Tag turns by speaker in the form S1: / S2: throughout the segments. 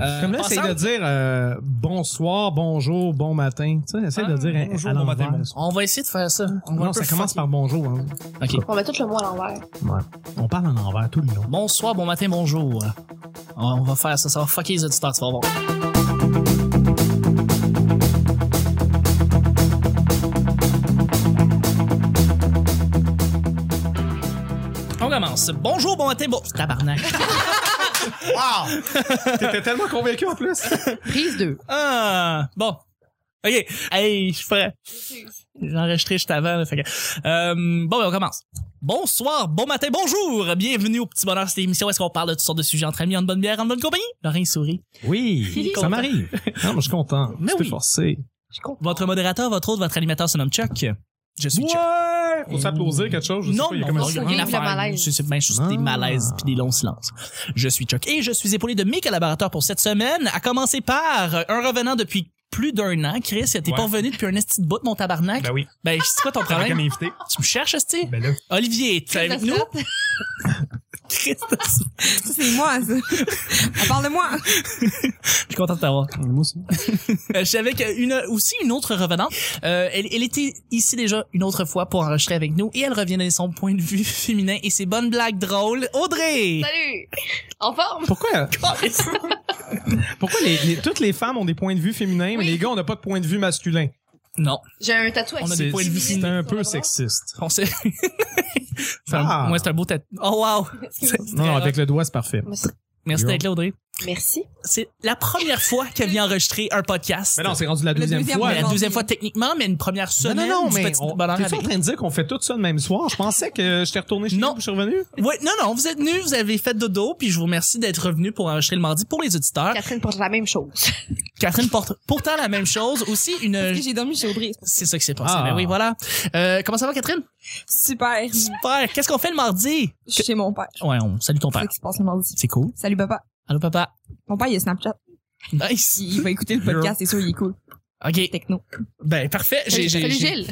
S1: Euh,
S2: Comme là, essaye
S1: ensemble,
S2: de dire euh, bonsoir, bonjour, bon matin. Tu sais, essaye de dire à-
S3: bonjour,
S2: à
S3: bon matin,
S2: l'envers.
S3: bonsoir.
S1: On va essayer de faire ça. On va un
S2: Non,
S1: peu
S2: ça commence
S1: fuck-
S2: par bonjour. hein.
S1: Ok.
S4: On met tout le mot à l'envers.
S2: On parle en envers tout le long.
S1: Bonsoir, bon matin, bonjour. On va faire ça, ça va fucker les auditeurs, tu vas voir. On commence. Bonjour, bon matin, bon... Tabarnak.
S3: Wow!
S2: T'étais tellement convaincu en plus.
S5: Prise 2.
S1: Ah, bon. OK. Hey, je suis prêt. J'ai enregistré juste avant. là, fait que- Euh, bon, ben, on commence. Bonsoir, bon matin, bonjour. Bienvenue au Petit Bonheur, cette émission où est-ce qu'on parle de toutes sortes de sujets entre amis, en bonne bière, en bonne compagnie. Laurent sourit.
S2: Oui,
S1: Content.
S2: ça m'arrive. Non, mais je suis content.
S1: Mais
S2: C'était
S1: oui.
S2: forcé.
S1: Votre modérateur, votre autre, votre animateur se nomme Chuck. Je suis Chuck.
S2: Ouais! Faut s'applaudir quelque chose. Je sais
S1: non,
S2: pas, il y a
S1: non,
S2: comme
S1: non,
S2: un-
S1: il y a
S5: ça.
S1: rien à
S5: Vive le
S1: faire.
S5: malaise.
S1: C'est- c'est- ben, juste des
S2: Ah.
S1: malaises puis des longs silences. Je suis Chuck et je suis épaulé de mes collaborateurs pour cette semaine, à commencer par euh, un revenant depuis plus d'un an. Chris, t'es
S3: Ouais.
S1: pas revenu depuis un esti de bout, mon tabarnak.
S3: Ben oui,
S1: Ben, c'est quoi ton
S3: avec un
S1: problème?
S3: invité.
S1: Tu me cherches, esti?
S3: Ben là,
S1: Olivier, t'es avec nous? Chris, je
S5: Ça, c'est moi, ça. Elle parle de moi.
S1: suis content de t'avoir.
S2: Moi aussi.
S1: Euh, Je suis avec une, aussi une autre revenante. Euh, elle, elle était ici déjà une autre fois pour enregistrer avec nous et elle revient donner son point de vue féminin et ses bonnes blagues drôles. Audrey!
S4: Salut! En forme?
S2: Pourquoi, euh, pourquoi les, les- toutes les femmes ont des points de vue féminins, mais
S4: Oui.
S2: les gars, on n'a pas de point de vue masculin?
S1: non,
S4: J'ai un tatouage.
S1: On a des
S2: C'est-
S1: points de vue
S2: C'est
S4: féminins
S2: un
S4: sur le
S2: peu
S4: bras.
S2: sexiste.
S1: on sait. C'est un-
S2: Ah.
S1: Ouais, c'est un beau tête. Oh wow!
S2: Non, non, avec le doigt, c'est parfait.
S1: Merci
S2: Yo.
S1: d'être là, Audrey.
S4: Merci.
S1: C'est la première fois qu'elle vient enregistrer un podcast.
S2: Mais non, c'est rendu la
S5: Le
S2: deuxième,
S5: deuxième
S2: fois.
S1: la
S5: non.
S1: deuxième fois techniquement, mais une première
S2: Non,
S1: semaine
S2: non, non,
S1: du
S2: mais
S1: petit
S2: on,
S1: bonheur
S2: t'es-tu en
S1: avec- Non.
S2: nous puis je suis revenu.
S1: Ouais, non, non, vous êtes venus, vous avez fait dodo, puis je vous remercie d'être revenu pour enregistrer le mardi pour les auditeurs.
S4: Catherine porte la même chose.
S1: Catherine porte pourtant la même chose, aussi une...
S5: J'ai dormi chez Audrey.
S1: C'est ça qui s'est passé,
S2: Ah.
S1: mais oui, voilà. Euh, comment ça va, Catherine?
S5: Super. Je
S1: Super! Qu'est-ce qu'on fait le mardi?
S5: suis chez mon père.
S1: Ouais, on salue ton
S5: C'est ça
S1: père.
S5: qui se passe le mardi.
S1: C'est cool.
S5: Salut, papa.
S1: Allô, papa?
S5: Mon père, il a Snapchat.
S1: Nice!
S5: Il va écouter le podcast, c'est sûr, il est cool.
S1: OK,
S5: Techno.
S1: ben parfait. J'ai- j'ai-
S4: Salut
S1: j'ai-
S4: Gilles.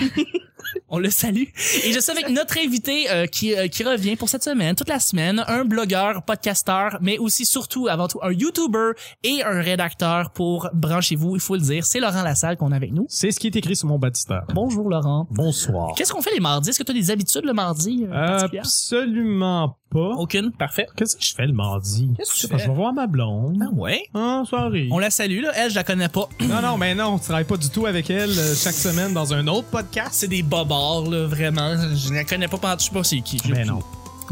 S1: On le salue. Et je suis avec notre invité euh, qui, euh, qui revient pour cette semaine, toute la semaine, un blogueur, podcasteur, mais aussi surtout avant tout un YouTuber et un rédacteur pour Branchez-vous, il faut le dire. C'est Laurent Lassalle qu'on a avec nous.
S2: C'est ce qui est écrit sur mon baptistère.
S1: Bonjour Laurent.
S2: Bonsoir.
S1: Qu'est-ce qu'on fait les mardis? Est-ce que tu as des habitudes le mardi euh, particulières?
S2: Absolument pas.
S1: Aucune. Parfait.
S2: Qu'est-ce que je fais le mardi? Ah,
S1: Qu'est-ce que tu
S2: Je sais pas,
S1: fais?
S2: Je vais voir ma blonde.
S1: Ah ouais.
S2: Ah, sorry.
S1: On la salue, là. Elle, je la connais pas.
S2: Non, non, mais non, on travaille pas du tout avec elle euh, chaque semaine dans un autre podcast.
S1: C'est des bobards, là, vraiment. Je la connais pas, pendant- je sais pas c'est qui.
S2: Mais non.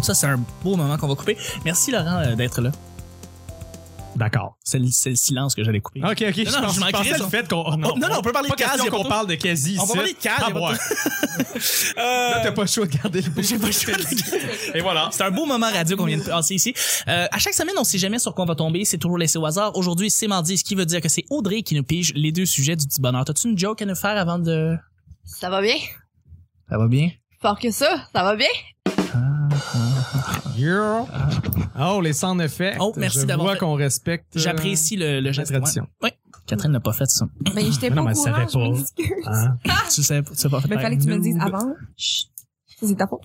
S1: Ça, c'est un beau moment qu'on va couper. Merci, Laurent, euh, d'être là.
S2: D'accord.
S1: C'est le, c'est le silence que j'allais couper.
S2: Ok, ok. je,
S1: non,
S2: pense-
S1: je m'en
S2: je pensais
S1: crisse,
S2: le
S1: on-
S2: fait qu'on. oh,
S1: non, non, on peut parler
S2: Ah, pas
S1: de Kaz,
S2: question
S1: y a pas
S2: qu'on
S1: de-
S2: parle de quasi.
S1: On va parler de Kaz, y a pas
S2: Ah,
S1: de-
S2: ouais.
S1: Euh,
S2: Là, t'as pas le choix de garder le
S1: J'ai pas le choix de
S2: Et voilà.
S1: C'est un beau moment radio qu'on vient de passer ici. Euh, à chaque semaine, on sait jamais sur quoi on va tomber. C'est toujours laissé au hasard. Aujourd'hui, c'est mardi, ce qui veut dire que c'est Audrey qui nous pige les deux sujets du petit bonheur. T'as-tu une joke à nous faire avant de...
S4: Ça va bien?
S1: Ça va bien?
S4: Fort que ça, ça va bien?
S2: Yeah. Oh, les sans effets.
S1: Oh, merci
S2: je
S1: d'avoir
S2: vois
S1: fait-
S2: qu'on respecte. euh,
S1: J'apprécie le, le
S2: la
S1: geste.
S2: tradition.
S1: Ouais. Ouais. Catherine n'a pas fait ça.
S5: Mais Ben, j'étais
S2: Mais non,
S5: pas au
S2: mais elle savait
S5: courant, je me
S2: pas.
S5: m'excuse.
S2: Hein?
S1: tu sais, tu sais pas fait.
S5: Mais Ah! Ben, fallait que tu me le dises ah! avant. Chut. C'est ta faute.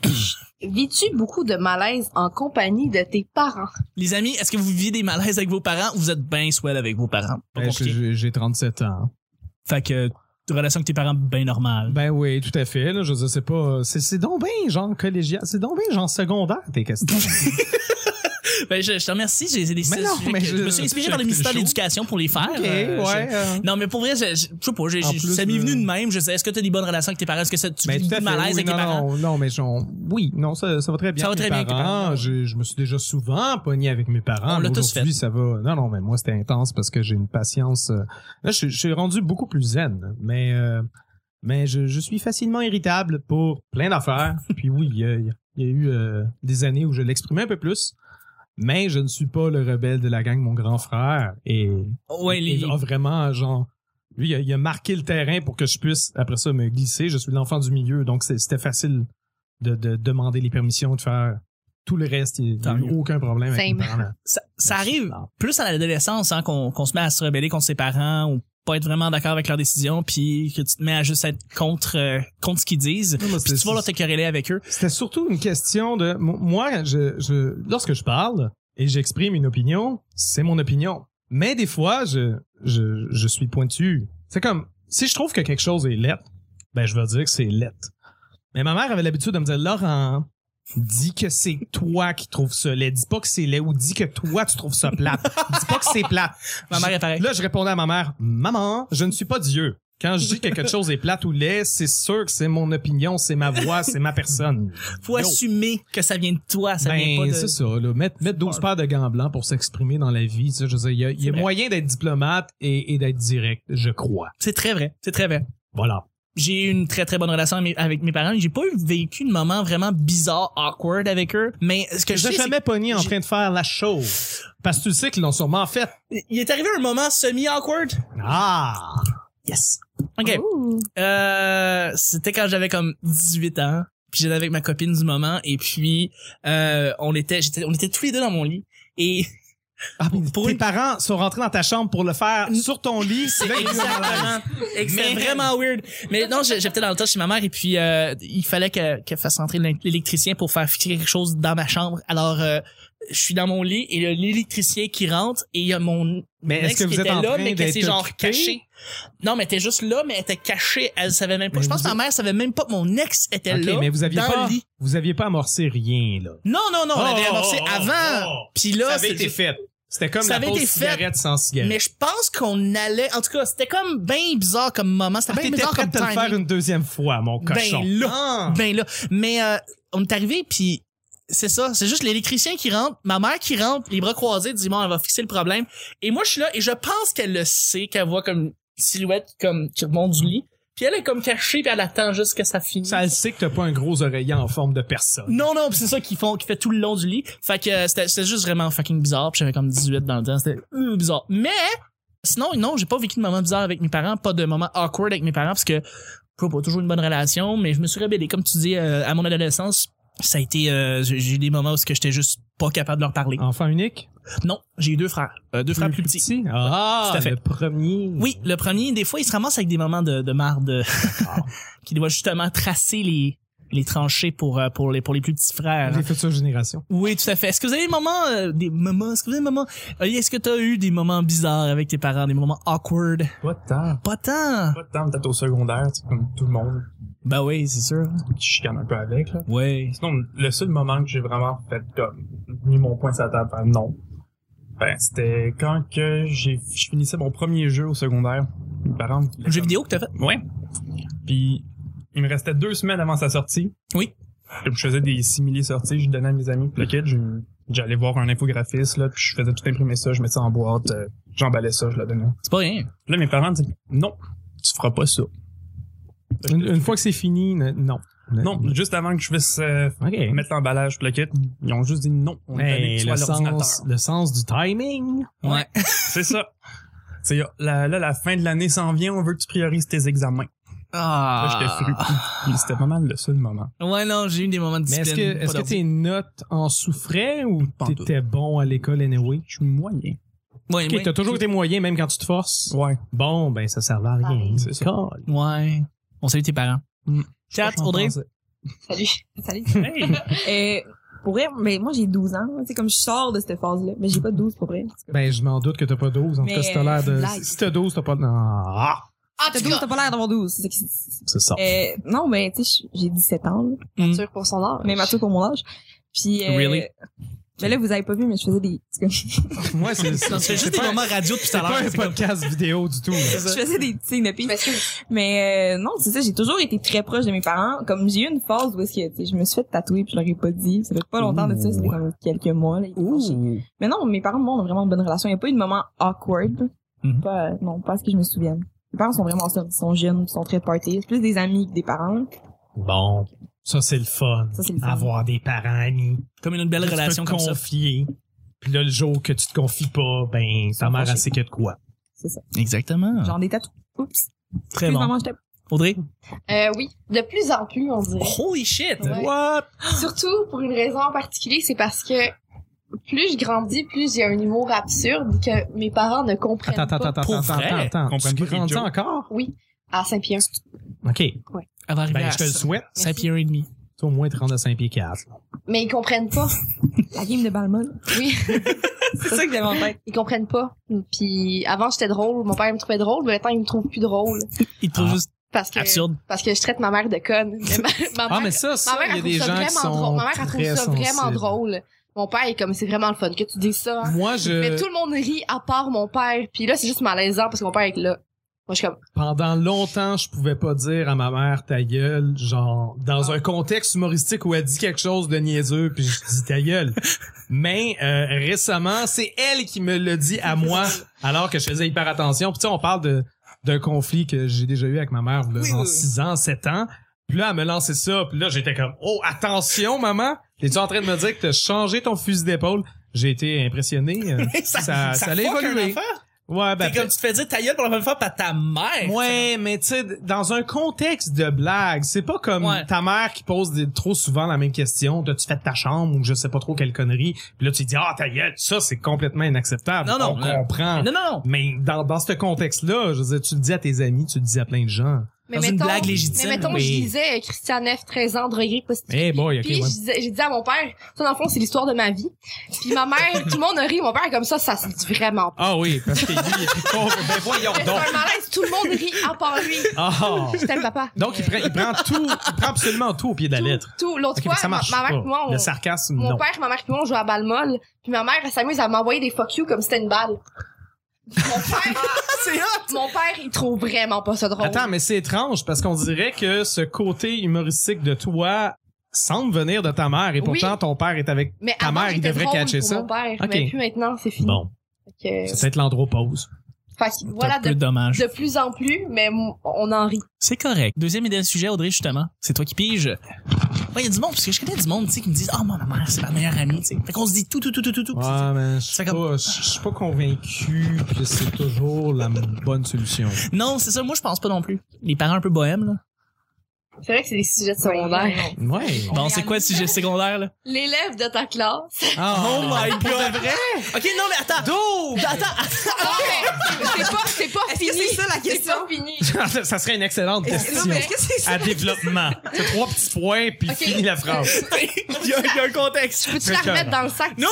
S4: Vis-tu beaucoup de malaise en compagnie de tes parents?
S1: Les amis, est-ce que vous vivez des malaises avec vos parents ou vous êtes bien swell avec vos parents? Pas
S2: Ben,
S1: compliqué.
S2: j'ai- J'ai 37 ans.
S1: Fait que, euh, relation avec tes parents, bien normale.
S2: Ben oui, tout à fait. Là, je sais pas. euh, C'est c'est donc bien genre collégial. C'est donc bien genre secondaire tes questions.
S1: Ben, je, je te remercie. J'ai j'ai des
S2: Mais non,
S1: sujets
S2: mais
S1: que-
S2: je-
S1: je, me suis inspiré
S2: je-
S1: par le
S2: je-
S1: ministère de
S2: je-
S1: l'Éducation pour les faire.
S2: ok,
S1: Euh, je-
S2: ouais. euh,
S1: Non, mais pour vrai, je, je, je sais pas, j'ai-
S2: En
S1: j'ai-
S2: plus,
S1: ça m'est
S2: euh,
S1: venu de même. Je disais, est-ce que t'as des bonnes relations avec tes parents? Est-ce que ça, tu
S2: Ben,
S1: vis
S2: tout à
S1: du
S2: fait,
S1: malaise
S2: oui,
S1: avec
S2: non,
S1: tes parents?
S2: Non, non, mais j'en- oui, non, ça, ça va très bien.
S1: Ça va
S2: avec
S1: très bien
S2: mes
S1: avec tes parents, ouais.
S2: j'ai- Je me suis déjà souvent pogné avec mes parents.
S1: On l'a
S2: mais
S1: tous
S2: Aujourd'hui, ça va. Non, non, mais moi, c'était intense parce que j'ai une patience. euh, Là, je, je suis rendu beaucoup plus zen, mais, euh, mais je, je suis facilement irritable pour plein d'affaires. Puis oui, il y a, il y a eu euh, des années où je l'exprimais un peu plus. Mais je ne suis pas le rebelle de la gang, mon grand frère. Et
S1: Ouais, les-
S2: il a vraiment, genre, lui, il a, il a marqué le terrain pour que je puisse, après ça, me glisser. Je suis l'enfant du milieu, donc c'est- c'était facile de, de demander les permissions, de faire tout le reste. Il n'y a
S1: Tant
S2: eu
S1: mieux.
S2: aucun problème avec
S4: Same.
S2: mes parents.
S1: ça, ça arrive plus à l'adolescence hein, qu'on qu'on se met à se rebeller contre ses parents ou pas être vraiment d'accord avec leurs décisions, puis que tu te mets à juste être contre, euh, contre ce qu'ils disent.
S2: Non, mais
S1: Puis
S2: c'est-
S1: tu vas là te quereller avec eux.
S2: C'était surtout une question de... Moi, je, je- lorsque je parle et j'exprime une opinion, c'est mon opinion. Mais des fois, je, je, je suis pointu. C'est comme, si je trouve que quelque chose est lettre, ben je vais dire que c'est lettre. Mais ma mère avait l'habitude de me dire, Laurent, dis que c'est toi qui trouves ça laid. Dis pas que c'est laid ou dis que toi tu trouves ça plate. dis pas que c'est plate.
S1: Ma mère est pareille.
S2: Là, je répondais à ma mère, maman, je ne suis pas Dieu. Quand je dis que quelque chose est plate ou laid, c'est sûr que c'est mon opinion, c'est ma voix, c'est ma personne.
S1: Faut
S2: Yo.
S1: assumer que ça vient de toi, ça vient pas
S2: Ben,
S1: de...
S2: c'est ça, là. Mettre, mettre 12 paires de gants blancs pour s'exprimer dans la vie, ça, je veux dire, il y a, il y a
S1: vrai.
S2: moyen d'être diplomate et, et d'être direct, je crois.
S1: C'est très vrai, c'est très vrai.
S2: Voilà.
S1: j'ai eu une très très bonne relation avec mes- avec mes parents. J'ai pas eu vécu de moment vraiment bizarre, awkward avec eux. Mais ce que je
S2: Je
S1: sais,
S2: t'ai jamais pogné en
S1: j'ai-
S2: train de faire la chose. Parce que tu sais qu'ils l'ont sûrement fait.
S1: c'est que- il est arrivé un moment semi awkward.
S2: Ah!
S1: Yes. Ok. Euh, c'était quand j'avais comme 18 ans. Puis j'étais avec ma copine du moment et puis euh, on était, j'étais, on était tous les deux dans mon lit et
S2: Ah, mais
S1: Pour
S2: tes
S1: une-
S2: parents sont rentrés dans ta chambre pour le faire sur ton lit. C'est là qu'ils sont mal à l'aise.
S1: Exactement. C'est vraiment weird. Mais non, j'ai- j'étais dans le tas chez ma mère et puis euh, il fallait que- qu'elle fasse entrer l'é- l'électricien pour faire fixer quelque chose dans ma chambre. Alors, euh, je suis dans mon lit et il y a l'électricien qui rentre et il y a mon
S2: Mais
S1: ex
S2: est-ce que
S1: qui
S2: vous êtes
S1: était
S2: en
S1: là,
S2: train
S1: mais qui
S2: d'être
S1: s'est genre
S2: occupé?
S1: cachée. Non, mais elle était juste là, mais elle était cachée. Elle savait même pas.
S2: Mais
S1: je pense que
S2: vous
S1: ma mère savait même pas que mon ex était
S2: Ok,
S1: là.
S2: mais vous aviez
S1: dans
S2: pas,
S1: le lit.
S2: vous aviez pas amorcé rien, là.
S1: Non, non, non,
S2: Oh,
S1: on l'avait amorcé avant. Puis là,
S2: ça avait
S1: c'est
S2: été
S1: juste-
S2: fait. C'était comme
S1: Ça
S2: la
S1: avait
S2: pause
S1: été fait.
S2: cigarette sans cigarette.
S1: Mais je pense qu'on allait. En tout cas, c'était comme bien bizarre comme moment. C'était
S2: Ah,
S1: bien
S2: T'étais
S1: bizarre
S2: prêt
S1: comme
S2: de te le
S1: timing.
S2: faire une deuxième fois, mon
S1: Ben
S2: cochon.
S1: là.
S2: Ah!
S1: ben là mais euh, on est arrivé puis c'est ça c'est juste l'électricien qui rentre ma mère qui rentre les bras croisés dit bon elle va fixer le problème et moi je suis là et je pense qu'elle le sait qu'elle voit comme une silhouette comme qui remonte du lit puis elle est comme cachée puis elle attend juste que ça finisse
S2: Ça le sait que t'as pas un gros oreiller en forme de personne.
S1: non non puis c'est ça qu'ils font qui fait tout le long du lit fait que euh, c'était c'était juste vraiment fucking bizarre puis j'avais comme 18 dans le temps c'était euh, bizarre mais sinon non j'ai pas vécu de moment bizarre avec mes parents pas de moment awkward avec mes parents parce que je sais pas toujours une bonne relation mais je me suis rebellé comme tu dis euh, à mon adolescence ça a été euh, j'ai j'ai eu des moments où ce que j'étais juste pas capable de leur parler
S2: Enfant unique?
S1: non j'ai eu deux frères Euh, deux frères plus petits
S2: Ah,
S1: Tout à fait.
S2: le premier.
S1: oui le premier des fois il se ramasse avec des moments de, de marde euh,
S2: Ah.
S1: qui doit justement tracer les les tranchées pour euh, pour les pour les plus petits frères
S2: Les futures générations.
S1: Oui, tout à fait. Est-ce que vous avez des moments, euh, des moments, est-ce que vous avez des moments, Oli, est-ce que t'as eu des moments bizarres avec tes parents, des moments awkward?
S3: Pas de temps.
S1: Pas tant.
S3: Pas de temps, peut-être au secondaire, tu sais, comme tout le monde,
S1: Ben oui, c'est sûr.
S3: qui chicane un peu avec, là.
S1: Oui.
S3: Sinon, le seul moment que j'ai vraiment fait comme, mis mon point sur la table, faire non, ben, c'était quand que j'ai, je finissais mon premier jeu au secondaire. Mes parents me voulaient
S1: Le jeu
S3: comme-
S1: vidéo que t'as fait?
S3: Ouais. Puis, il me restait deux semaines avant sa sortie.
S1: Oui.
S3: Puis, je faisais des simili sorties, je donnais à mes amis. Puis, le kid, j'allais voir un infographiste, là, puis je faisais tout imprimer ça, je mettais ça en boîte, euh, j'emballais ça, je le donnais.
S1: C'est pas rien.
S3: Puis là, mes parents disaient, non, tu feras pas ça.
S2: Une, une fois que c'est fini, ne- non.
S3: Non, juste avant que je puisse euh,
S2: OK.
S3: mettre l'emballage, puis le kit, ils ont juste dit non, on est allé
S2: Hey,
S3: que tu
S2: le,
S3: sois à l'ordinateur.
S2: sens, le sens du timing.
S1: Ouais.
S3: C'est ça. C'est, là, là, la fin de l'année s'en vient, on veut que tu priorises tes examens. Là, j'étais
S1: Ah.
S3: fru. Puis C'était pas mal le seul moment.
S1: Ouais, non, j'ai eu des moments de
S2: Mais est-ce
S1: discipline.
S2: que, est-ce
S1: pas
S2: que tes notes en souffraient ou
S3: Pas en tout.
S2: t'étais bon à l'école anyway?
S3: Je suis moyen.
S1: d'ordre. Ouais,
S2: Ok,
S1: ouais.
S2: t'as toujours été moyen même quand tu te forces.
S3: Ouais.
S2: Bon, ben ça servait à rien.
S4: Ah,
S3: c'est ça.
S2: Colle.
S1: Ouais. On salue tes parents.
S3: Mm.
S1: Chat,
S3: Franchement,
S1: Audrey.
S3: c'est-
S4: Salut.
S5: Salut.
S3: Hey!
S5: Euh, pour vrai, mais moi j'ai 12 ans. C'est comme je sors de cette phase-là. Mais j'ai pas 12 pour vrai.
S2: Ben, je m'en doute que t'as pas 12. En tout
S5: Mais,
S2: cas, si t'as l'air de.
S5: euh,
S2: Si t'as 12, t'as pas. Non. Ah!
S4: Ah,
S5: T'as 12, t'as pas l'air d'avoir 12. c'est- c'est- c'est-
S2: C'est ça.
S5: Euh, non, mais tu sais, j'ai 17 ans. là,
S4: Mature pour son âge.
S5: Mais mature pour mon âge. Puis. euh,
S1: Really?
S5: Mais là, vous avez pas vu, mais je faisais des. c'est comme- je
S2: Moi, c'est
S1: Non, c'est juste des moments radio depuis tout
S2: C'est
S1: à
S2: pas
S1: l'heure.
S2: un
S1: c'est comme-
S2: podcast vidéo du tout.
S5: faisais des signes de
S4: Je
S5: piste.
S4: m'excuse.
S5: Mais euh, non, c'est ça, j'ai toujours été très proche de mes parents. Comme j'ai eu une phase où est-ce que tu sais, je me suis fait tatouer puis je leur ai pas dit. Ça fait pas longtemps de ça, c'était
S2: Ouh.
S5: comme quelques mois. Là, ils étaient fâchés.
S1: Ouh.
S5: mais non, mes parents, moi, on a vraiment une bonne relation. Il n'y a pas eu de moment awkward.
S1: Mhm.
S5: pas, euh, non, pas à ce que je me souvienne. Mes parents sont vraiment sobres, ils sont jeunes, ils sont très party. C'est plus des amis que des parents.
S2: Bon, ça c'est le fun.
S5: Ça, c'est le fun.
S2: Avoir des parents amis.
S1: Comme une belle
S2: Là, tu
S1: relation
S2: peux
S1: comme
S2: te
S1: ça.
S2: confier. Puis là, le jour que tu te confies pas, ben, ta mère, elle sait que de quoi.
S1: Exactement.
S5: Genre des tatouages. Oups.
S1: Ah. Très
S5: Excuse,
S1: bon.
S5: maman, je tape.
S1: Audrey.
S4: Euh, oui. De plus en plus, on dirait.
S1: Holy shit.
S4: Ouais.
S2: What?
S4: Surtout pour une raison en particulier, c'est parce que plus je grandis, plus il y a un humour absurde que mes parents ne comprennent
S2: Attends, attends,
S4: pas
S2: attends,
S1: Pour
S2: attends,
S1: vrai?
S2: attends, attends.
S3: Comprends
S2: Tu
S3: pas les
S2: grandis
S3: jokes.
S2: encore?
S4: à Saint-Pierre.
S2: OK.
S1: Elle va arriver
S2: Ben,
S1: à
S2: je te le souhaite.
S1: 5 pieds et demi.
S2: Tu vas au moins te rendre à Saint-Pierre 4.
S4: mais ils comprennent pas.
S5: La game de Balmol.
S4: Oui,
S5: C'est ça que j'avais en tête.
S4: ils comprennent pas. Puis avant, j'étais drôle. Mon père me trouvait drôle, mais maintenant, il me trouve plus drôle.
S1: Il te trouve
S2: Ah.
S1: juste
S4: Parce que,
S1: absurde.
S4: parce que je traite ma mère de conne. Mais ma- ma
S2: Ah,
S4: mère-
S2: mais ça, ça,
S4: Ma mère,
S2: il y
S4: elle
S2: a des
S4: trouve ça
S2: gens
S4: vraiment
S2: qui sont
S4: drôle. Ma mère, elle trouve
S2: très
S4: ça vraiment
S2: sensibles.
S4: drôle. Mon père est comme, c'est vraiment le fun que tu dis ça. hein.
S2: Moi,
S4: Mais
S2: je,
S4: tout le monde rit à part mon père. Puis là, c'est juste malaisant parce que mon père est là. Moi, je suis comme,
S2: pendant longtemps, je pouvais pas dire à ma mère ta gueule, genre, dans un contexte humoristique où elle dit quelque chose de niaiseux, puis je dis ta gueule. Mais euh, récemment, c'est elle qui me le dit à moi, alors que je faisais hyper attention. Puis tu sais, on parle de d'un conflit que j'ai déjà eu avec ma mère
S5: Oui,
S2: en
S5: oui.
S2: 6 ans, 7 ans. Puis là, elle me lançait ça. Puis là, j'étais comme, oh, attention, maman. Es-tu en train de me dire que t'as changé ton fusil d'épaule? J'ai été impressionné. euh, ça, ça, allait
S1: fuck un
S2: évoluer.
S1: enfant.
S2: Ouais, ben,
S1: T'es comme tu te fais dire ta gueule pour la première fois par ta mère.
S2: Ouais, mais tu sais, dans un contexte de blague, c'est pas comme
S1: Ouais.
S2: ta mère qui pose des, trop souvent la même question, t'as-tu fait ta chambre ou je sais pas trop quelle connerie, puis là tu dis, ah ta gueule, ça c'est complètement inacceptable.
S1: Non, non,
S2: On
S1: euh,
S2: comprend.
S1: Non, non, non.
S2: Mais dans, dans ce contexte-là, je veux dire, tu le dis à tes amis, tu le dis à plein de gens.
S4: mais
S1: Dans
S4: mettons,
S1: une blague légitime,
S4: Mais mettons,
S1: mais-
S4: je disais euh, Christian F, 13 ans, drogué, prostituée.
S2: Eh boy, ok,
S4: Puis
S2: ouais.
S4: je disais- j'ai dit à mon père, ça dans le fond c'est l'histoire de ma vie. Puis ma mère, tout le monde a ri, mon père est comme ça, ça se dit vraiment pas.
S2: Ah oui, parce que lui, il est pauvre. ben voyons
S4: C'est
S2: donc.
S4: un malaise, tout le monde rit à part lui.
S2: Ah.
S4: Je t'aime papa.
S2: Donc il prend, il prend tout, il prend absolument tout au pied de la
S4: Tout-
S2: lettre.
S4: Tout l'autre
S2: Ok, mais
S4: fois,
S2: ça
S4: ma,
S2: marche
S4: ma mère
S2: pas.
S4: et moi, on-
S2: Le sarcasme,
S4: mon
S2: non.
S4: père, ma mère et moi on joue à balle molle. Puis ma mère elle s'amuse à m'envoyer des fuck you comme si c'était une balle. Mon père,
S1: C'est hot!
S4: mon père, il trouve vraiment pas ça drôle.
S2: Attends, mais c'est étrange parce qu'on dirait que ce côté humoristique de toi semble venir de ta mère et
S4: Oui.
S2: pourtant ton père est avec.
S4: mais
S2: ta
S4: avant,
S2: mère, il
S4: j'étais
S2: devrait
S4: drôle
S2: catcher
S4: pour
S2: ça.
S4: Mon père,
S2: Ok.
S4: mais plus maintenant, c'est fini.
S2: Bon,
S4: Fait que-
S2: c'est peut-être l'andropause.
S4: fait que
S1: C'est
S4: voilà,
S1: un peu
S4: de,
S1: dommage.
S4: de plus en plus, mais m- on en rit.
S1: C'est correct. Deuxième et dernier sujet, Audrey, justement. C'est toi qui pige. Ouais, il y a du monde, parce que je connais du monde, tu sais, qui me disent, oh, moi, ma mère, c'est ma meilleure amie, tu sais. Fait qu'on se dit tout, tout, tout, tout, tout, tout.
S2: Ouais, mais je
S1: C'est
S2: suis
S1: comme-
S2: pas, je suis pas convaincu que c'est toujours la bonne solution.
S1: Non, c'est ça. Moi, je pense pas non plus. Les parents un peu bohèmes, là.
S4: C'est vrai que c'est des sujets de secondaire.
S2: Ouais.
S1: Bon, c'est quoi le sujet secondaire, là?
S4: L'élève de ta classe.
S1: Oh my god! vrai? Ok, non, mais attends! Attends!
S4: Ah, mais c'est pas, c'est pas
S5: Est-ce
S4: fini.
S5: que c'est ça la
S4: C'est
S5: question?
S4: pas fini.
S2: ça serait une excellente question.
S5: Non, mais est-ce que c'est ça?
S2: À développement. C'est trois petits points, puis
S4: Ok.
S2: finis la phrase.
S1: il, y a, il y a un contexte.
S4: Peux-tu la remettre dans le sac?
S1: Non!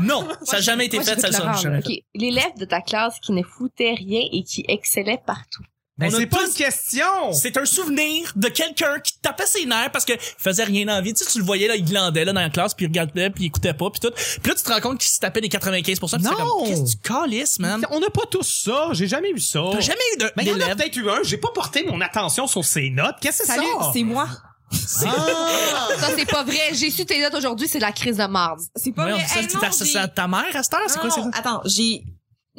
S1: Non! Ça a jamais été
S4: Moi,
S1: fait,
S4: j'écoute
S1: ça le
S4: Laurent,
S1: sera
S4: là.
S1: jamais.
S4: Ok. L'élève de ta classe qui ne foutait rien et qui excellait partout.
S2: Mais
S1: On a
S2: Ben, c'est pas
S1: tous-
S2: une question!
S1: C'est un souvenir de quelqu'un qui tapait ses nerfs parce que il faisait rien dans la vie. Tu, sais, tu le voyais là, il glandait là dans la classe, puis il regardait, puis il écoutait pas, puis tout. Puis là, tu te rends compte qu'il se tapait des 95 puis c'est
S2: Non!
S1: comme qu'est-ce que tu calisses, man.
S2: On n'a pas tous ça, j'ai jamais eu ça.
S1: T'as jamais eu de-
S2: Mais il y en a
S1: d'élève.
S2: peut-être eu un, j'ai pas porté mon attention sur ses notes. Qu'est-ce que c'est
S5: Salut,
S2: ça?
S5: c'est moi.
S2: Ah!
S4: Ça, c'est pas vrai. J'ai su tes notes aujourd'hui, c'est de la crise de marde.
S5: C'est pas
S1: Voyons,
S5: vrai.
S1: ça,
S5: Hey,
S1: tu
S5: non,
S1: t'associes
S5: j'ai-
S1: à ta mère à cette heure, Ah, c'est quoi
S5: Non,
S1: c'est ça?
S5: Attends, j'ai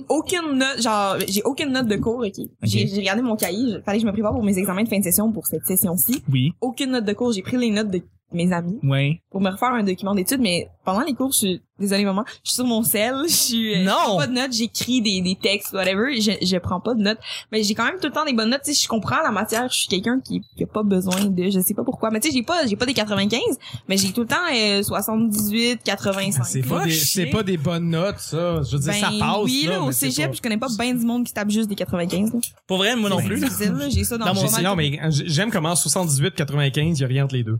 S5: aucune note, genre, j'ai aucune note de cours, ok. J'ai j'ai regardé mon cahier, je- fallait que je me prépare pour mes examens de fin de session pour cette session-ci.
S1: Oui.
S5: Aucune note de cours, j'ai pris les notes de mes amis
S1: Ouais.
S5: pour me refaire un document d'études, mais pendant les cours, je suis, désolée maman, je suis sur mon sel, je suis, euh, je
S1: Non.
S5: prends pas de notes, j'écris des, des textes, whatever, je, je prends pas de notes, mais j'ai quand même tout le temps des bonnes notes, tu sais, je comprends la matière, je suis quelqu'un qui, qui a pas besoin de, je sais pas pourquoi, mais tu sais, j'ai pas, j'ai pas des 95, mais j'ai tout le temps euh, 78, 85.
S2: C'est
S1: Va
S2: pas, des,
S1: chier.
S2: c'est pas des bonnes notes, ça. Je veux dire,
S5: Ben
S2: ça passe.
S5: Oui, là,
S2: mais
S5: au
S2: c'est
S5: cégep,
S2: pas-
S5: je connais pas bien du monde qui tape juste des 95. Là.
S1: Pour vrai, moi non
S2: Ouais.
S1: plus.
S5: C'est difficile, là, J'ai ça dans,
S1: Dans
S5: mon
S1: mon
S5: pas mal
S2: Non,
S5: tout-
S2: mais j- j'aime comment 78-95, il y a rien entre les deux.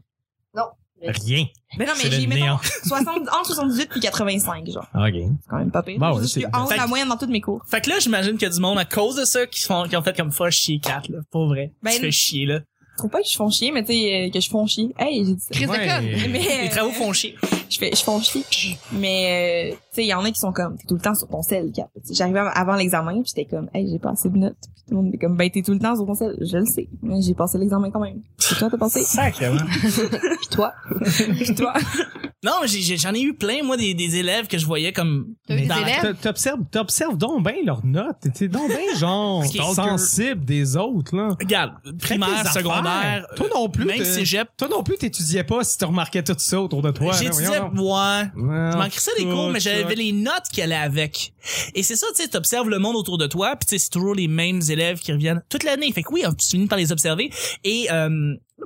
S4: Non.
S2: Rien.
S5: Ben non,
S2: c'est
S5: mais j'ai,
S2: le
S5: mettons,
S2: néant. Ah,
S5: 60, entre 78 puis 85, genre.
S2: OK.
S5: C'est quand même pas pire.
S2: Bah ouais,
S5: je suis
S2: c'est-
S5: en haut de
S1: Fait
S5: la
S1: que-
S5: moyenne dans tous mes cours.
S1: Fait que là, j'imagine qu'il y a du monde à cause de ça qui, font, qui ont fait comme fuck chier 4, là. Pour vrai.
S5: Ben,
S1: tu fais chier, là.
S5: Je trouve pas que je font chier, mais tu sais, euh, que je font chier. Hey, j'ai dit ça.
S4: Crise
S2: Ouais.
S4: de conne.
S5: Mais,
S1: Les
S5: euh,
S1: travaux font chier.
S5: Je fais, je font chier. Mais, euh, tu sais, il y en a qui sont comme, t'es tout le temps sur ton sel, Cap. Tu sais, J'arrivais av- avant l'examen, puis j'étais comme, hey, j'ai pas assez de notes. Puis tout le monde était comme, ben, t'es tout le temps sur ton sel. Je le sais. Mais j'ai passé l'examen quand même. C'est toi, t'as passé?
S1: Sacrément.
S4: Puis toi,
S5: Puis toi?
S1: Non, j'ai- j'ai- j'en ai eu plein, moi, des, des élèves que je voyais comme.
S4: T'as eu des
S1: dans la-
S4: élèves?
S2: T'a- T'observes, t'observes donc bien leurs notes. T'es donc bien, genre,
S1: Stalker.
S2: sensible des autres, là.
S1: Regarde,
S2: Traite tes
S1: primaire,
S2: affaires.
S1: secondaire,
S2: Toi non plus.
S1: même
S2: t'es-
S1: cégep.
S2: Toi non plus, t'étudiais pas si tu remarquais tout ça autour de toi. là,
S1: J'étudiais,
S2: ben voyons donc. Ah,
S1: ouais. Je
S2: Non,
S1: m'en crissais les cours, mais j'avais les notes qui allaient avec. Et c'est ça, tu sais, t'observes le monde autour de toi, puis tu sais, c'est toujours les mêmes élèves qui reviennent toute l'année. Fait que oui, hein, tu finis par les observer. Et, euh,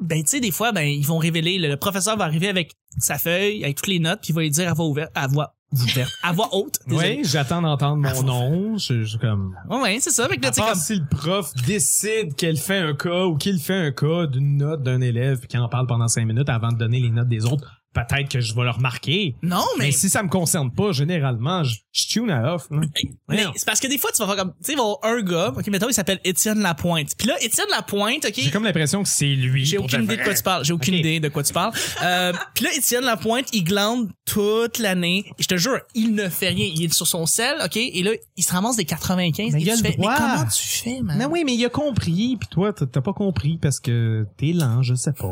S1: ben, tu sais, des fois, ben, ils vont révéler, le, le professeur va arriver avec sa feuille, avec toutes les notes, puis il va lui dire à voix ouverte, à voix ouverte, à voix haute. désolé.
S2: Oui, j'attends d'entendre
S1: Ah,
S2: mon
S1: faut-
S2: nom. Je, je comme.
S1: Ouais, ouais, c'est ça. Fait que là,
S2: À
S1: tu sais,
S2: part
S1: comme,
S2: si le prof décide qu'elle fait un cas ou qu'il fait un cas d'une note d'un élève puis qu'il en parle pendant cinq minutes avant de donner les notes des autres, peut-être que je vais le remarquer.
S1: Non,
S2: Mais,
S1: mais.
S2: si ça me concerne pas, généralement, je, je tune à off. hein. là.
S1: mais
S2: Merde.
S1: c'est parce que des fois, tu vas faire comme. Tu sais, il va y avoir un gars, ok, mettons, il s'appelle Étienne Lapointe. Puis là, Étienne Lapointe, ok.
S2: J'ai comme l'impression que c'est lui.
S1: J'ai
S2: pour
S1: aucune idée de quoi tu parles. J'ai aucune
S2: Ok.
S1: idée de quoi tu parles. Euh, Puis là, Étienne Lapointe, il glande toute l'année. Et Je te jure, il ne fait rien. Il est sur son sel, OK? Et là, il se ramasse des 95.
S2: Mais
S1: et
S2: il a
S1: tu
S2: le
S1: fais,
S2: droit.
S1: mais comment tu fais, man?
S2: Mais oui, mais il a compris, puis toi, t'as t'as pas compris parce que t'es lent, je sais pas.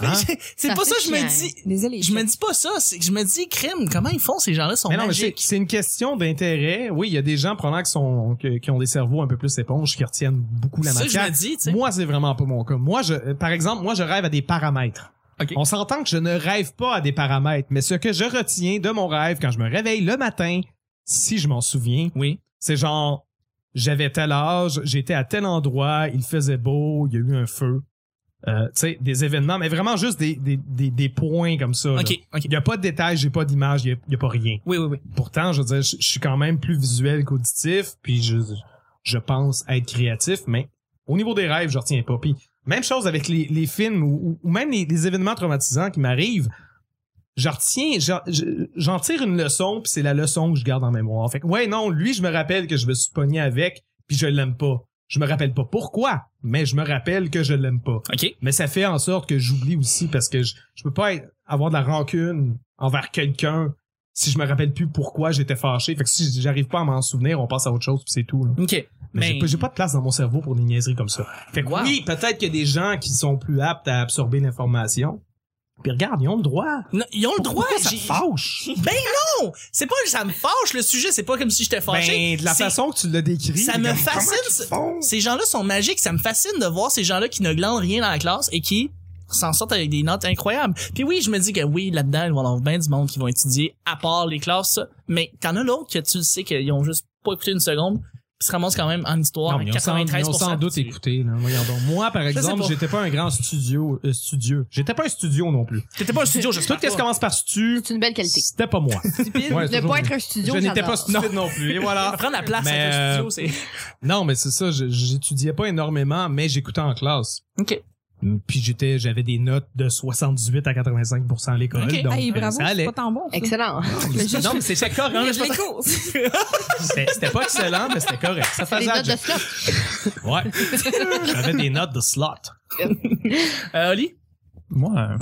S2: Hein?
S1: C'est pas ça, que je me dis.
S5: Désolé.
S1: Je me dis pas ça, c'est que je me dis, crime, comment ils font, ces gens-là sont
S2: Mais non, mais c'est
S1: magiques.
S2: c'est une question d'intérêt. Oui, il y a des gens probablement qui, sont, que- qui ont des cerveaux un peu plus éponges, qui retiennent beaucoup la
S1: C'est ça que je
S2: matière.
S1: me dis, tu sais.
S2: Moi, c'est vraiment pas mon cas. Moi, je, euh, par exemple, moi, je rêve à des paramètres.
S1: Ok.
S2: On s'entend que je ne rêve pas à des paramètres, mais ce que je retiens de mon rêve quand je me réveille le matin, si je m'en souviens,
S1: Oui.
S2: c'est genre, j'avais tel âge, j'étais à tel endroit, il faisait beau, il y a eu un feu. Euh, tu sais, des événements, mais vraiment juste des, des, des, des points comme ça. là.
S1: OK, OK.
S2: Il n'y a pas de détails, j'ai pas d'image, il n'y a, il y a pas rien.
S1: Oui, oui, oui.
S2: Pourtant, je veux dire, je je suis quand même plus visuel qu'auditif, puis je, je pense être créatif, mais au niveau des rêves, je retiens pas. Puis même chose avec les, les films ou, ou- ou même les, les événements traumatisants qui m'arrivent. Je retiens, je- je- j'en tire une leçon, puis c'est la leçon que je garde en mémoire. Fait que, ouais, non, lui, je me rappelle que je me suis pogné avec, puis je l'aime pas. Je me rappelle pas pourquoi, mais je me rappelle que je l'aime pas.
S1: OK.
S2: Mais ça fait en sorte que j'oublie aussi parce que je, je peux pas être- avoir de la rancune envers quelqu'un si je me rappelle plus pourquoi j'étais fâché. Fait que si j'arrive pas à m'en souvenir, on passe à autre chose puis c'est tout. là.
S1: OK.
S2: Mais, j'ai
S1: Mais,
S2: pas- j'ai pas de place dans mon cerveau pour des niaiseries comme ça. Fait que
S1: Wow.
S2: oui, peut-être qu'il y a des gens qui sont plus aptes à absorber l'information. Puis regarde, ils ont le droit.
S1: Non, ils ont le droit.
S2: Pourquoi ça
S1: j'ai-
S2: fâche?
S1: Ben non! C'est pas que ça me fâche, le sujet, c'est pas comme si j'étais fâché.
S2: Ben, de la
S1: C'est-
S2: façon que tu l'as décrit.
S1: Ça
S2: c'est
S1: me
S2: comme,
S1: fascine,
S2: comment qu'ils
S1: ce-
S2: font?
S1: Ces gens-là sont magiques. Ça me fascine de voir ces gens-là qui ne glandent rien dans la classe et qui s'en sortent avec des notes incroyables. Puis oui, je me dis que oui, là-dedans, il va y avoir bien du monde qui vont étudier, à part les classes, ça. mais t'en as l'autre que tu le sais qu'ils ont juste pas écouté une seconde, puis se ramassent quand même en histoire
S2: Non,
S1: à
S2: mais ils ont sans-
S1: 93%.
S2: ils ont sans doute écouté. là. Voyons donc. Moi, par exemple,
S1: pas.
S2: j'étais pas un grand studio. euh, studio. J'étais pas un studio non plus.
S1: T'étais pas un studio, je sais
S2: Tout
S1: pas.
S2: ce qui commence par stu,
S4: C'est une belle qualité.
S2: c'était pas moi.
S4: Stupide.
S2: Ouais,
S4: ne
S2: toujours
S4: pas
S2: une-
S4: être un studio,
S2: Je n'étais pas
S4: j'adore.
S2: stupide non plus. Et voilà.
S1: Prendre la place
S2: Mais,
S1: avec un studio,
S2: euh,
S1: c'est...
S2: Non, mais c'est ça. je- J'étudiais pas énormément, mais j'écoutais en classe. Mm,
S1: OK.
S2: Puis j'étais, j'avais des notes de 78 à 85 à l'école.
S1: Ok.
S2: Donc,
S5: Hey,
S2: euh,
S5: bravo,
S2: ça
S5: c'est
S2: allait.
S5: pas tant bon. ça.
S4: Excellent.
S2: Non, mais c'était correct.
S5: Je les courses.
S2: C'était c'était pas excellent, mais c'était correct. Ça
S4: Les
S2: faisait la
S4: notes de
S2: job.
S4: slot.
S2: Ouais. J'avais des notes de slot.
S1: Euh, Oli?
S3: Moi, euh,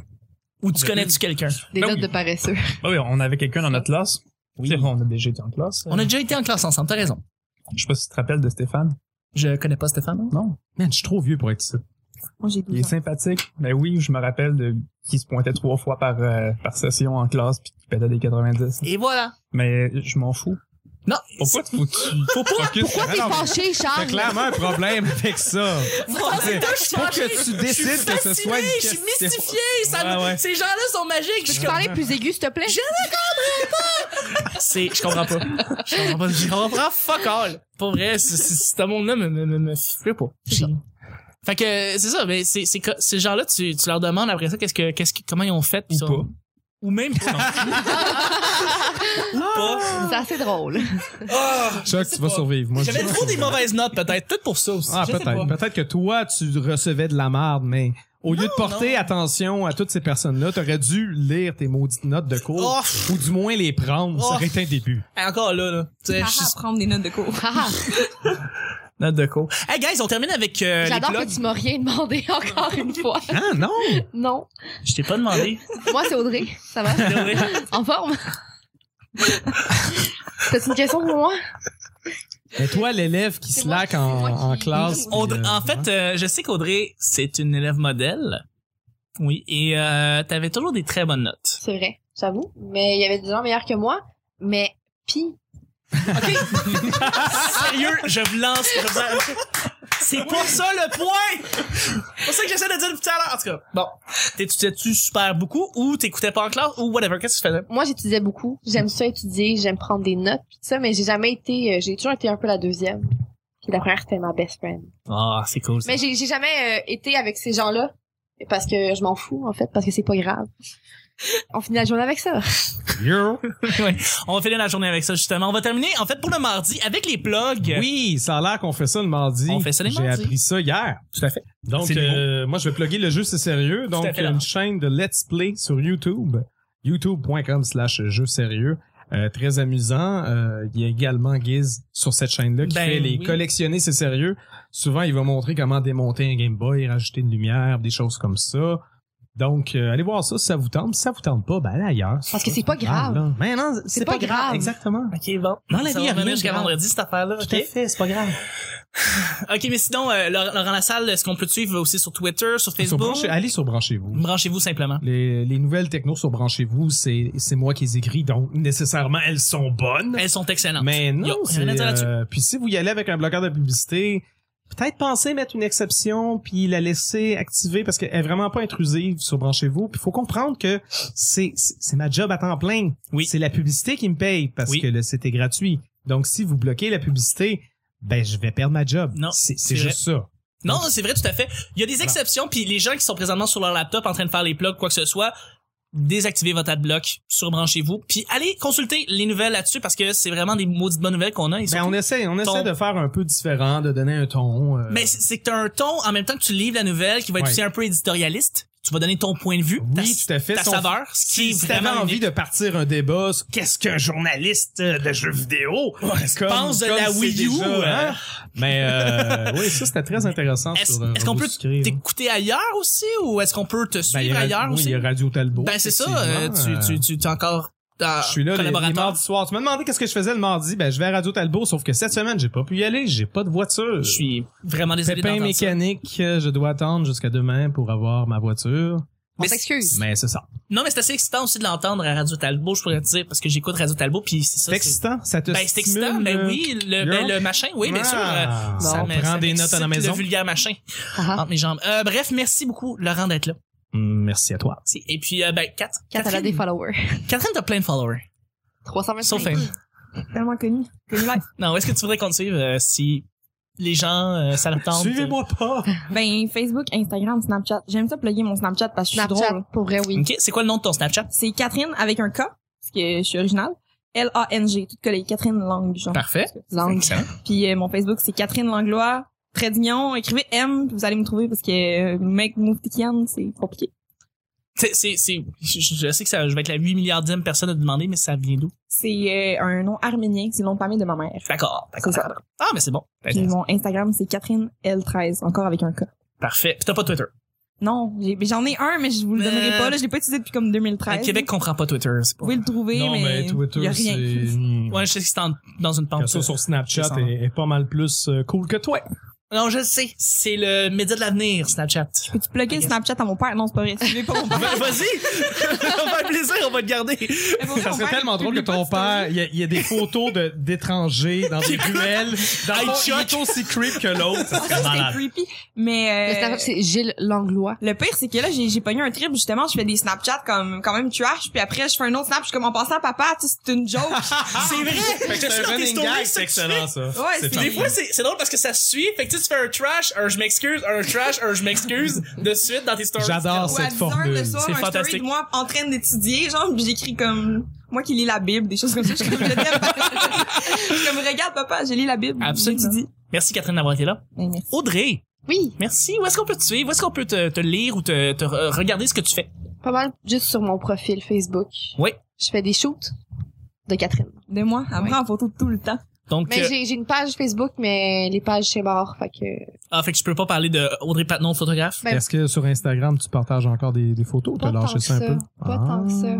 S1: Ou tu connais-tu quelqu'un?
S4: Des
S3: Ben
S4: notes
S3: oui.
S4: de paresseux.
S3: bah oui, on avait quelqu'un dans notre classe. Oui. On a déjà été en classe.
S1: On a déjà été en classe ensemble, t'as raison.
S3: Je sais pas si tu te rappelles de Stéphane.
S1: Je connais pas Stéphane. hein?
S3: Non.
S2: Man, je suis trop vieux pour être ça.
S5: Moi, j'ai
S3: Il est sympathique. Mais oui, je me rappelle de qui se pointait trois fois par, euh, par session en classe puis qui pétait des 90.
S1: Et voilà.
S3: Mais je m'en fous.
S1: Non,
S3: Pourquoi tu tu-
S1: faut Ah, pas...
S3: focuses sur-
S4: Pourquoi t'es
S2: Alors,
S4: fâché,
S2: Ah, T'as
S4: Charles?
S2: clairement un problème avec ça.
S1: Faut
S2: Faut que tu
S1: Je suis
S2: décides que ce
S1: fasciné,
S2: soit une
S1: Je suis
S2: question.
S1: mystifié. ça
S2: Ouais,
S1: me-
S2: ouais.
S1: Ces gens-là sont magiques. Je
S4: Je
S1: suis
S4: peux parler plus aigu, s'il te plaît?
S1: comme- C'est, je comprends pas. Je comprends pas. Je comprends fuck all. Pour vrai, ce- ce ce monde-là me, me, me, me flippe pas. J'ai- Fait que, c'est ça, mais c'est, c'est, que- ces gens-là, tu, tu leur demandes après ça, qu'est-ce que, qu'est-ce que, comment ils ont fait. pis
S3: ou
S1: ça-
S3: pas.
S1: Ou même pas. Ou pas.
S4: C'est assez drôle.
S1: Ah,
S2: Chuck,
S1: sais
S2: tu vas
S1: pas.
S2: survivre. Moi,
S1: J'avais
S2: je-
S1: trop des mauvaises notes, peut-être. Peut-être pour ça aussi.
S2: Ah,
S1: Je sais pas.
S2: peut-être. Peut-être que toi, tu recevais de la marde, mais au lieu de porter attention à toutes ces personnes-là, t'aurais dû lire tes maudites notes de cours.
S1: Oh, pff,
S2: Ou du moins les prendre.
S1: Oh.
S2: Ça aurait été un début.
S1: encore là, là. Tu sais, je suis-
S5: à prendre des notes de cours.
S4: Ah,
S1: Note de cours. Hey, guys, on termine avec euh, les
S4: J'adore
S1: plugs.
S4: que tu m'as rien demandé encore une fois.
S2: Ah, non!
S4: Non.
S1: Je t'ai pas demandé.
S4: Moi, c'est Audrey. Ça va? En forme? T'as une question pour moi?
S2: Mais toi, l'élève qui
S4: C'est moi
S2: slack
S4: qui-
S2: en,
S4: c'est moi
S2: en
S4: qui-
S2: classe.
S1: Audrey-
S2: puis, euh,
S1: en fait, euh, je sais qu'Audrey, c'est une élève modèle. Oui, et euh, t'avais toujours des très bonnes notes.
S4: C'est vrai, j'avoue. Mais il y avait des gens meilleurs que moi. Mais pis.
S1: Sérieux, je vous lance. je vous en- C'est pas ça le point! C'est pour ça que j'essaie de dire depuis tout à l'heure. En tout cas, bon. T'étudiais-tu super beaucoup ou t'écoutais pas en classe ou whatever? Qu'est-ce que tu faisais?
S4: Moi, j'étudiais beaucoup. J'aime ça étudier. J'aime prendre des notes. Pis tout ça, mais j'ai jamais été. euh, j'ai toujours été un peu la deuxième. Puis la première, c'était ma best friend.
S1: Ah, c'est cool. ça.
S4: Mais j'ai j'ai jamais euh, été avec ces gens-là. Parce que je m'en fous, en fait. Parce que c'est pas grave. On finit la journée avec ça.
S2: yo.
S1: On va finir la journée avec ça, justement. On va terminer, en fait, pour le mardi avec les plugs.
S2: Oui, ça a l'air qu'on fait ça le mardi.
S1: On fait ça les
S2: J'ai
S1: mardis.
S2: appris ça hier.
S1: Tout à fait.
S2: Donc,
S1: C'est
S2: euh, moi, je vais plugger le jeu, c'est sérieux. Donc,
S1: à fait,
S2: une
S1: Laurent.
S2: chaîne de Let's Play sur YouTube youtube.com slash jeux sérieux. Euh, très amusant. Euh, il y a également Guiz sur cette chaîne-là qui
S1: Ben
S2: fait les
S1: oui.
S2: collectionner, c'est sérieux. Souvent, il va montrer comment démonter un Game Boy, rajouter une lumière, des choses comme ça. Donc, euh, allez voir ça si ça vous tente. Si ça vous tente pas, ben allez ailleurs.
S4: Parce que c'est pas grave.
S2: là. Mais non, c'est pas,
S4: pas
S2: grave.
S4: grave.
S2: Exactement.
S1: Ok, bon.
S2: Non,
S1: ça
S2: la vie, y
S1: va
S2: a rien
S1: revenir
S2: de
S1: jusqu'à
S2: grave.
S1: vendredi, cette affaire-là.
S2: Tout
S1: ok?
S2: à fait, c'est pas grave.
S1: Ok, mais sinon, euh, Laurent Laurent Lassalle, est-ce qu'on peut te suivre aussi sur Twitter, sur
S2: Sur
S1: Facebook?
S2: Branchez- allez sur Branchez-vous.
S1: Branchez-vous simplement.
S2: Les, les nouvelles techno sur Branchez-vous, c'est c'est moi qui les écris, donc nécessairement elles sont bonnes.
S1: Elles sont excellentes.
S2: Mais non,
S1: Yo, rien
S2: c'est,
S1: à dire là-dessus.
S2: euh, puis si vous y allez avec un bloqueur de publicité, peut-être penser mettre une exception puis la laisser activer parce qu'elle est vraiment pas intrusive sur Branchez-vous. Puis faut comprendre que c'est c'est c'est ma job à temps plein.
S1: Oui.
S2: C'est la publicité qui me paye parce
S1: Oui.
S2: que le site est gratuit. Donc si vous bloquez la publicité, ben je vais perdre ma job.
S1: Non,
S2: c'est
S1: c'est
S2: c'est juste ça.
S1: Non, c'est vrai, tout à fait. Il y a des exceptions, puis les gens qui sont présentement sur leur laptop en train de faire les plugs, quoi que ce soit, désactivez votre adblock, surbranchez-vous, puis allez consulter les nouvelles là-dessus parce que c'est vraiment des maudites bonnes nouvelles qu'on a. et
S2: Ben,
S1: surtout-
S2: on essaie on essaie
S1: ton-
S2: de faire un peu différent, de donner un ton. euh,
S1: Mais c'est- c'est que t'as un ton en même temps que tu livres la nouvelle qui va être
S2: Ouais.
S1: aussi un peu éditorialiste. Tu vas donner ton point de vue,
S2: oui,
S1: ta,
S2: tout à fait.
S1: ta
S2: Si on-
S1: saveur, ce qui
S2: Si
S1: est
S2: si t'avais
S1: vraiment
S2: envie
S1: unique.
S2: de partir un débat sur qu'est-ce qu'un journaliste euh, de jeux vidéo comme-
S1: pense de
S2: comme
S1: la
S2: c'est
S1: Wii U,
S2: déjà,
S1: hein?
S2: hein? Mais euh, oui, ça c'était très intéressant.
S1: Est-ce
S2: sur, euh,
S1: est-ce qu'on
S2: Radio
S1: peut
S2: Sucré, hein.
S1: t'écouter ailleurs aussi ou est-ce qu'on peut te
S2: Ben, il y
S1: suivre
S2: a-
S1: ailleurs
S2: oui,
S1: aussi?
S2: Il y a Radio Talbot.
S1: ben c'est ça, euh,
S2: effectivement,
S1: tu, tu,
S2: euh,
S1: tu, tu es encore euh,
S2: je suis là les, les
S1: collaborateur.
S2: mardis soirs. Tu m'as demandé qu'est-ce que je faisais le mardi. Ben, je vais à Radio Talbot, sauf que cette semaine, j'ai pas pu y aller. J'ai pas de voiture.
S1: Je suis vraiment désolé
S2: Euh, Pépin
S1: d'entendre ça.
S2: mécanique. euh, Je dois attendre jusqu'à demain pour avoir ma voiture.
S4: On
S1: Mais-
S4: s'excuse.
S2: Mais c'est ça.
S1: Non, mais c'est assez excitant aussi de l'entendre à Radio Talbot, je pourrais te dire, parce que j'écoute Radio Talbot, puis c'est ça.
S2: C'est
S1: c'est-
S2: excitant. Ça te
S1: Ben, c'est excitant,
S2: stimule,
S1: ben
S2: euh,
S1: oui, le, ben,
S2: Girl.
S1: le machin, oui, bien sûr. euh,
S2: Ah,
S1: ça
S2: on
S1: me-
S2: prend
S1: ça
S2: des notes à la
S1: m'excite,
S2: maison.
S1: Le vulgaire machin
S4: Ah, ah.
S1: entre mes jambes. Euh, bref, merci beaucoup, Laurent, d'être là.
S2: Mm, Merci à toi.
S1: C'est- Et puis, euh, ben, Kat-
S4: Quand elle a des
S1: Catherine,
S4: followers.
S1: Catherine, t'as plein de followers.
S4: 325.
S1: Sauf un.
S5: Tellement connu. Connu live.
S1: Non, est-ce que tu voudrais qu'on te suive euh, si les gens, euh, ça leur tente?
S2: Suivez-moi pas.
S5: Ben, Facebook, Instagram, Snapchat. J'aime ça plugger mon Snapchat parce que je suis
S4: Snapchat,
S5: drôle.
S4: pour vrai,
S1: euh,
S4: oui.
S1: OK, c'est quoi le nom de ton Snapchat?
S5: C'est Catherine avec un K, parce que je suis originale. L-A-N-G, tout collé. Catherine Lang, genre.
S1: Parfait.
S4: Langue.
S1: Excellent.
S5: Puis euh, mon Facebook, c'est Catherine Langlois. Très mignon. Écrivez M, puis vous allez me trouver parce que euh, mec Mouftikian, c'est compliqué.
S1: C'est, c'est, c'est- je, je sais que ça, je vais être la 8 milliardième personne à te demander, mais ça vient d'où?
S5: C'est euh, un nom arménien, c'est le nom de famille de ma mère.
S1: D'accord, d'accord.
S5: C'est ça.
S1: d'accord. Ah, mais c'est bon.
S5: Puis mon Instagram, c'est Catherine L13, encore avec un K.
S1: Parfait. Puis t'as pas Twitter.
S5: Non, j'ai- mais j'en ai un, mais je vous le
S1: Mais-
S5: donnerai pas. Là, je l'ai pas utilisé depuis comme
S1: Le
S5: 2013.
S1: Québec comprend pas Twitter. c'est pas-
S5: Vous pouvez le trouver,
S2: Non, mais
S5: y a
S2: Twitter,
S5: rien.
S2: c'est...
S1: Ouais, je sais que c'est en- dans une pente.
S2: Ça sur Snapchat
S1: c'est ça.
S2: est, est pas mal plus euh, cool que toi.
S1: Non, je le sais. C'est le média de l'avenir, Snapchat.
S5: Peux-tu plugger
S1: Ok.
S5: Snapchat à mon père? Non, c'est pas vrai. Si je vais pas mon père.
S1: Ben, Vas-y! on va faire plaisir, on va te garder.
S5: Mais pour vrai,
S2: Ça
S5: mon
S2: serait
S5: père,
S2: tellement
S5: il
S2: drôle que
S5: publie pas
S2: ton
S5: de story.
S2: père, il y a- il y, a des photos de- d'étrangers dans des ruelles. Dans
S1: Hey,
S2: le fond, il
S1: Chuck.
S2: est aussi creep que l'autre. Ça serait
S5: Ça,
S2: malade.
S5: C'était creepy. Mais.
S4: Le
S5: euh,
S4: Snapchat, c'est Gilles Langlois.
S5: Le pire, c'est que là, j'ai, j'ai pogné un trip, justement, je fais des Snapchats comme, quand même trash, puis après, je fais un autre Snap, je suis comme, en passant à papa, tu sais, c'est une joke.
S1: Ah, C'est vrai!
S2: Fait que
S1: Je suis
S2: c'est
S1: dans
S2: un
S1: tes
S2: running
S1: stories, ça
S2: gag, c'est
S1: que tu fais.
S2: excellent ça.
S5: Ouais, c'est-
S1: Des fois, c'est c'est drôle parce que ça se suit. Fait que tu sais, tu fais un trash, un je m'excuse, un trash, un je m'excuse de suite dans tes stories.
S2: J'adore
S5: Ou à
S2: Ah, cette
S5: 10 heures le
S2: formule.
S5: soir,
S1: C'est
S5: un story
S1: fantastique.
S5: de moi en train d'étudier, genre, puis j'écris comme, moi qui lis la Bible, des choses comme ça, je suis comme, je t'aime. je suis comme, regarde, papa, j'ai lu la Bible.
S1: Absolument.
S5: j'étudie.
S1: Merci Catherine d'avoir été là.
S5: Ben, merci.
S1: Audrey,
S4: Oui,
S1: merci. Où est-ce qu'on peut te suivre? Où est-ce qu'on peut te, te lire ou te, te re- regarder ce que tu fais?
S4: pas mal juste sur mon profil Facebook.
S1: Oui.
S4: Je fais des shoots de Catherine.
S5: De moi, elle me
S4: Ouais.
S5: prend en photo tout le temps.
S1: Donc,
S4: Mais
S1: euh,
S4: j'ai j'ai une page Facebook, mais les pages, c'est mort. Fait que...
S1: ah, fait que je peux pas parler de Audrey Patnon, photographe.
S4: Ben,
S2: Est-ce que sur Instagram, tu partages encore des, des photos?
S4: Pas
S2: T'as
S4: tant
S2: lâché
S4: que
S2: ça un
S4: ça.
S2: peu? Ah.
S4: Pas tant que ça.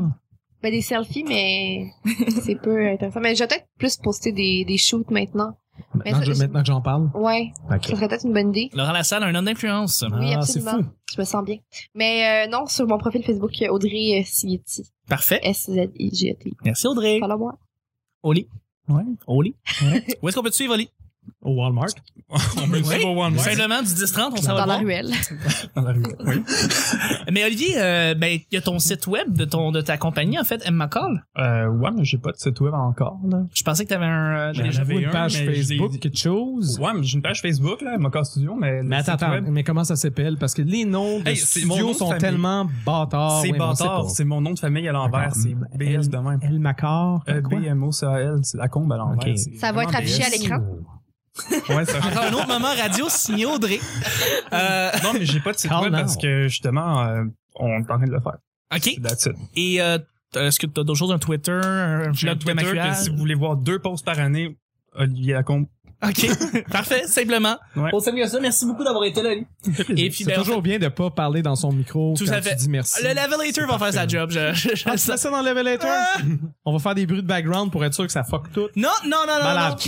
S4: Ben, des selfies, mais c'est peu intéressant. Mais je vais peut-être plus poster des, des shoots maintenant.
S2: Maintenant, que Ben, je-
S4: ça, je-
S2: maintenant que j'en parle?
S4: Ouais,
S2: Ok.
S4: ça serait peut-être une bonne idée.
S1: Laurent Lassalle, un homme d'influence.
S4: Oui,
S2: Ah, c'est fou.
S4: absolument. Je me sens bien. Mais euh, non, sur mon profil Facebook, Audrey euh, Sietti.
S1: Parfait.
S4: S-Z-I-G-T.
S1: Merci Audrey.
S4: Follow moi.
S1: Oli. Ouais. Oli. Ouais. Où est-ce qu'on peut te suivre, Oli?
S2: Au Walmart.
S3: On peut le
S1: Oui.
S3: suivre au Walmart.
S1: Simplement du 10-30, on s'en va
S4: Dans
S1: le
S4: la
S1: voir.
S4: ruelle.
S3: Dans la rue. Oui.
S1: Mais Olivier, euh, ben, il y a ton site web de ton de ta compagnie, en fait, M. McCall.
S3: Euh, ouais, mais j'ai pas de site web encore, là.
S1: Je pensais que t'avais un... euh,
S3: J'en
S1: j'avais-
S3: avais
S2: J'avais une
S3: un,
S2: page
S3: mais je l'ai
S2: Facebook,
S3: dit.
S2: quelque chose.
S3: Ouais, mais j'ai une page Facebook, là, Mocha Studio, mais. le
S2: Mais attends,
S3: site
S2: attends,
S3: web-
S2: mais comment ça s'appelle? Parce que les noms de
S3: Hey, c'est mon nom
S2: studios
S3: de
S2: sont
S3: famille.
S2: tellement bâtards.
S3: C'est
S2: oui, mais Ah on sait
S3: bâtard,
S2: pas.
S3: c'est mon nom de famille à l'envers,
S2: D'accord.
S3: c'est BS de même.
S2: El Macar.
S3: Euh,
S2: quoi?
S3: B-M-O-C-A-L, c'est la combe à l'envers.
S2: Ok.
S3: c'est
S4: Ça va
S3: vraiment
S4: être affiché
S3: BS.
S4: à l'écran.
S3: Ouais, ça
S1: Encore un autre moment radio signé Audrey. Euh,
S3: Non, mais j'ai pas de site
S2: Call
S3: web
S2: now.
S3: parce que justement, euh, on est en train de le faire.
S1: OK.
S3: That's it.
S1: Et euh, Est-ce que t'as d'autres choses? Un Twitter? Un
S3: J'ai un
S1: blog de
S3: Twitter, puis si vous voulez voir deux posts par année, Olivier Lacombe.
S1: OK. Parfait. Simplement.
S3: Ouais.
S1: On s'amuse à ça. Merci beaucoup d'avoir été là, Oli. Et puis,
S2: c'est
S1: ben,
S2: toujours bien de pas parler dans son micro
S1: Tout
S2: quand
S1: à fait.
S2: tu dis merci.
S1: Le levelator va faire sa job. Je, je- je-
S2: Ah, tu fais ça dans le levelator?
S3: Ah!
S2: On va faire des bruits de background pour être sûr que ça fuck tout.
S1: Non, non, non, non, non.
S2: Malade.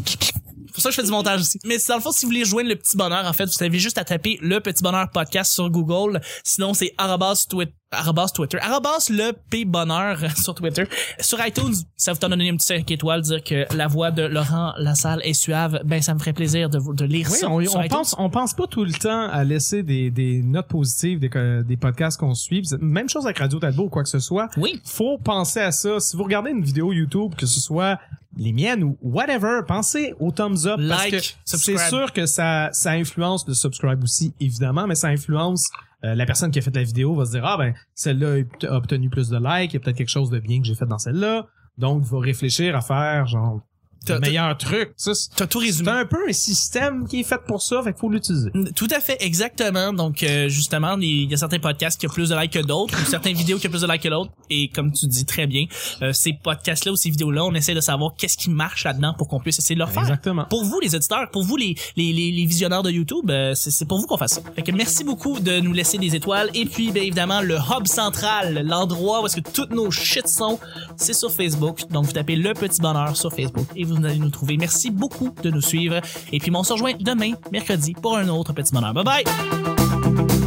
S1: C'est pour ça que je fais du montage aussi. Mais dans le fond, si vous voulez joindre le petit bonheur, en fait, vous avez juste à taper le petit bonheur podcast sur Google. Sinon, c'est arrobas Twitter. Arrobas Twitter. Arrobas le P bonheur sur Twitter. Sur iTunes, ça vous donne une petite 5 étoiles, dire que la voix de Laurent Lassalle est suave. Ben, ça me ferait plaisir de, vous- de lire
S2: Oui,
S1: ça.
S2: on,
S1: sur
S2: on
S1: iTunes.
S2: pense, on pense pas tout le temps à laisser des, des notes positives des, co- des podcasts qu'on suit. Même chose avec Radio Talbot ou quoi que ce soit.
S1: Oui.
S2: Faut penser à ça. Si vous regardez une vidéo YouTube, que ce soit les miennes ou whatever, pensez au thumbs up parce
S1: Like,
S2: que c'est
S1: subscribe.
S2: sûr que ça, ça influence le subscribe aussi, évidemment, mais ça influence euh, la personne qui a fait la vidéo va se dire ah ben celle-là a obtenu plus de likes, il y a peut-être quelque chose de bien que j'ai fait dans celle-là, donc va réfléchir à faire genre
S1: T'as-
S2: le
S1: t'as-
S2: meilleur truc. Ça, c'est-
S1: T'as tout résumé.
S2: c'est un peu un système qui est fait pour ça, fait qu'il faut l'utiliser.
S1: Tout à fait, exactement. Donc, euh, justement, il y a certains podcasts qui ont plus de likes que d'autres, ou certaines vidéos qui ont plus de likes que d'autres. Et comme tu dis très bien, euh, ces podcasts-là ou ces vidéos-là, on essaie de savoir qu'est-ce qui marche là-dedans pour qu'on puisse essayer de le refaire.
S2: Exactement.
S1: Pour vous, les auditeurs, pour vous, les, les, les, les visionneurs de YouTube, euh, c'est c'est pour vous qu'on fasse ça. Fait que merci beaucoup de nous laisser des étoiles. Et puis, bien évidemment, le hub central, l'endroit où est-ce que toutes nos shit sont, c'est sur Facebook. Donc, vous tapez Le Petit Bonheur sur Facebook et vous allez nous trouver. Merci beaucoup de nous suivre. Et puis, ben, on se rejoint demain, mercredi, pour un autre Petit Bonheur. Bye bye!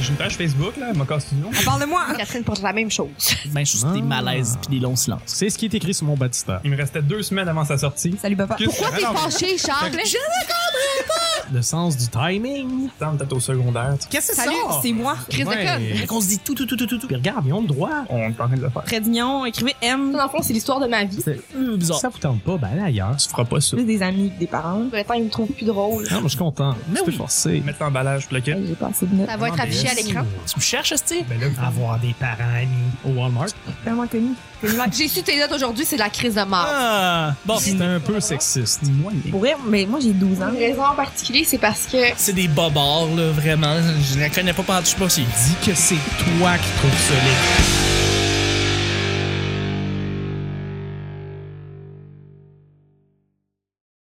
S3: J'ai une page Facebook, là, Mocha Studio.
S5: On parle de moi.
S4: Catherine porte la même chose.
S1: Ben, juste des
S2: Ah.
S1: malaises puis des longs silences.
S2: C'est ce qui est écrit sur mon baptistère.
S3: Il me restait deux semaines avant sa sortie.
S5: Salut papa.
S4: Pourquoi t'es fâché, Charles?
S2: Le sens du timing.
S3: Tant peut-être au secondaire. tu-
S1: Qu'est-ce
S5: Salut, c'est moi.
S4: Crise
S2: Ouais.
S4: de conne.
S1: Fait qu'on se dit tout, tout, tout, tout, tout, tout.
S2: Puis regarde, ils ont le droit.
S3: On est en train de le faire.
S5: Prédignon, écrivez M.
S4: Dans le fond, c'est l'histoire de ma vie.
S1: Euh, bizarre.
S2: Ça vous tente pas, ben allez ailleurs.
S3: Tu feras pas ça.
S5: Plus des amis que des parents.
S4: Le temps, il me trouve plus drôle.
S2: Non, moi je suis content.
S1: Mais
S2: C'était
S1: oui.
S2: forcé.
S3: Mettre l'emballage, puis le kit.
S5: Hey, J'ai pas assez de notes.
S2: Ah,
S4: Ça va être
S3: Non, mais
S4: affiché à l'écran.
S1: Tu me cherches, Esti? Ah.
S3: Ben là,
S2: Avoir des parents amis au Walmart.
S5: Vraiment connu.
S4: J'ai su tes notes aujourd'hui, c'est de la crise de mort.
S1: Ah! Bon,
S2: C'est un peu sexiste.
S3: moi,
S5: Pour rire, mais moi j'ai 12 ans.
S4: Une raison en particulier, c'est parce que
S1: c'est des bobards, là, vraiment. Je la connais pas, pendant- je sais pas si.
S2: Dis que c'est toi qui trouves ça laid.